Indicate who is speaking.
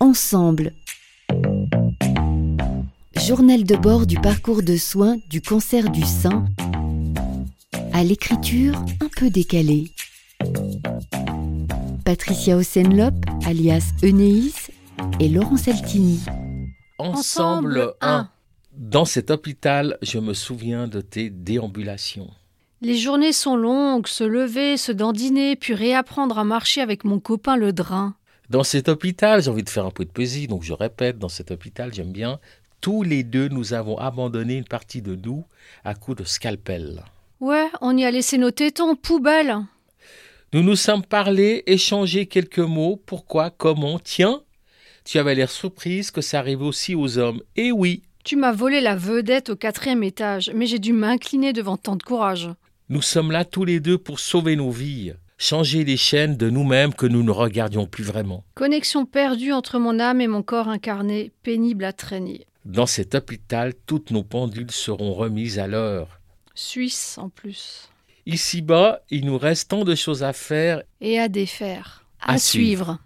Speaker 1: ensemble. Journal de bord du parcours de soins du cancer du sein à l'écriture un peu décalée. Patricia Osenlop, alias Enéis, et Laurent Altini.
Speaker 2: Ensemble 1. Dans cet hôpital, je me souviens de tes déambulations.
Speaker 3: Les journées sont longues, se lever, se dandiner, puis réapprendre à marcher avec mon copain le drain.
Speaker 2: Dans cet hôpital, j'ai envie de faire un peu de poésie, donc je répète, dans cet hôpital, j'aime bien. Tous les deux, nous avons abandonné une partie de nous à coups de scalpel.
Speaker 3: Ouais, on y a laissé nos tétons, poubelle.
Speaker 2: Nous nous sommes parlé, échangé quelques mots, pourquoi, comment, tiens, tu avais l'air surprise que ça arrive aussi aux hommes. Eh oui,
Speaker 3: Tu m'as volé la vedette au quatrième étage, mais j'ai dû m'incliner devant tant de courage.
Speaker 2: nous sommes là tous les deux pour sauver nos vies, changer les chaînes de nous-mêmes que nous ne regardions plus vraiment.
Speaker 3: Connexion perdue entre mon âme et mon corps incarné, pénible à traîner.
Speaker 2: Dans cet hôpital, toutes nos pendules seront remises à l'heure.
Speaker 3: Suisse en plus.
Speaker 2: Ici-bas, il nous reste tant de choses à faire
Speaker 3: Et à défaire.
Speaker 2: À
Speaker 3: suivre.